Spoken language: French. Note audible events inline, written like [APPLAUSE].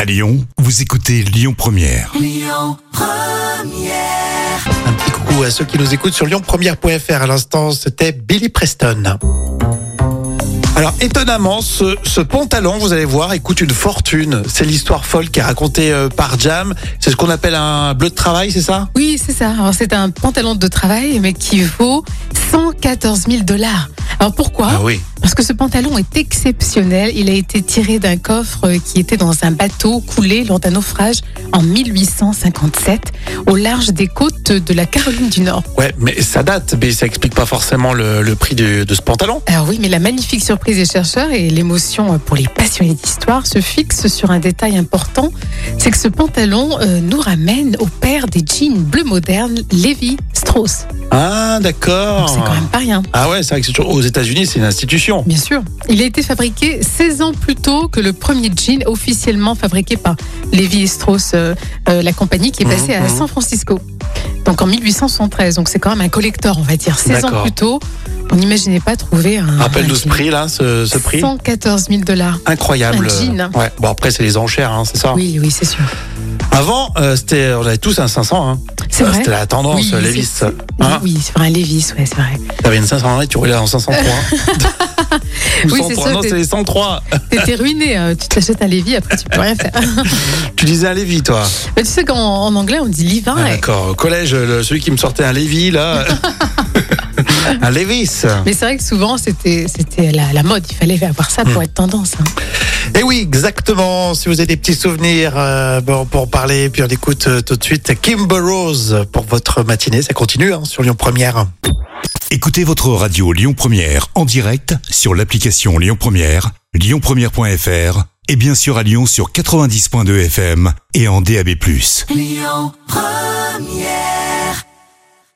À Lyon, vous écoutez Lyon Première. Un petit coucou à ceux qui nous écoutent sur lyonpremière.fr. À l'instant, c'était Billy Preston. Alors étonnamment, ce, ce pantalon, vous allez voir, il coûte une fortune. C'est l'histoire folle qui est racontée euh, par Jam. C'est ce qu'on appelle un bleu de travail, c'est ça Oui, c'est ça. Alors, c'est un pantalon de travail, mais qui vaut 114 000 dollars. Alors pourquoi oui. Parce que ce pantalon est exceptionnel. Il a été tiré d'un coffre euh, qui était dans un bateau coulé lors d'un naufrage en 1857 au large des côtes de la Caroline du Nord. Ouais, mais ça date, mais ça explique pas forcément le, le prix du- de ce pantalon. Alors oui, mais la magnifique surprise des chercheurs et l'émotion euh, pour les passionnés d'histoire se fixe sur un détail important, c'est que ce pantalon euh, nous ramène au père des jeans bleus modernes, Levi Strauss. Ah, Donc, d'accord. C'est quand même pas rien. Ah ouais, c'est vrai que c'est toujours aux États-Unis, c'est une institution. Bien sûr. Il a été fabriqué 16 ans plus tôt que le premier jean officiellement fabriqué par Levi Strauss, euh, euh, la compagnie qui est passée Mhm, à mhm. San Francisco. Donc en 1873. Donc c'est quand même un collector, on va dire. 16 D'accord. ans plus tôt, on n'imaginait pas trouver un. Rappelle-nous un ce jean. prix là, ce, ce prix 114 000 dollars. incroyable. un jean. Ouais. Bon après c'est les enchères, hein, c'est ça. Oui, oui, c'est sûr. Avant, euh, c'était, on avait tous un 500. Hein. C'est Euh, vrai. C'était la tendance, Oui, Levis. c'est- Hein Oui, c'est vrai, Levis, ouais, c'est vrai. T'avais une 500 et tu roulais en 503. Ou [LAUGHS] Oui, c'est 103. ça, Non, c'est- c'est les 103. T'étais ruiné, euh, tu t'achètes un Levi, après tu peux rien [LAUGHS] faire. Tu disais un Lévis, toi. Mais tu sais qu'en en anglais, on dit Levi. Ah, D'accord. Au collège, le- celui qui me sortait un Lévis, [LAUGHS] là. un Lévis. Mais c'est vrai que souvent, c'était c'était la, la mode. Il fallait avoir ça Hmm. pour être tendance. hein. Et Eh oui, exactement. Si vous avez des petits souvenirs, euh, bon, pour en parler, puis on écoute euh, tout de suite Kimber Rose pour votre matinée. Ça continue hein, sur Lyon Première. Écoutez votre radio Lyon Première en direct sur l'application Lyon Première, lyonpremière.fr et bien sûr à Lyon sur 90.2 FM et en DAB+. Lyon Première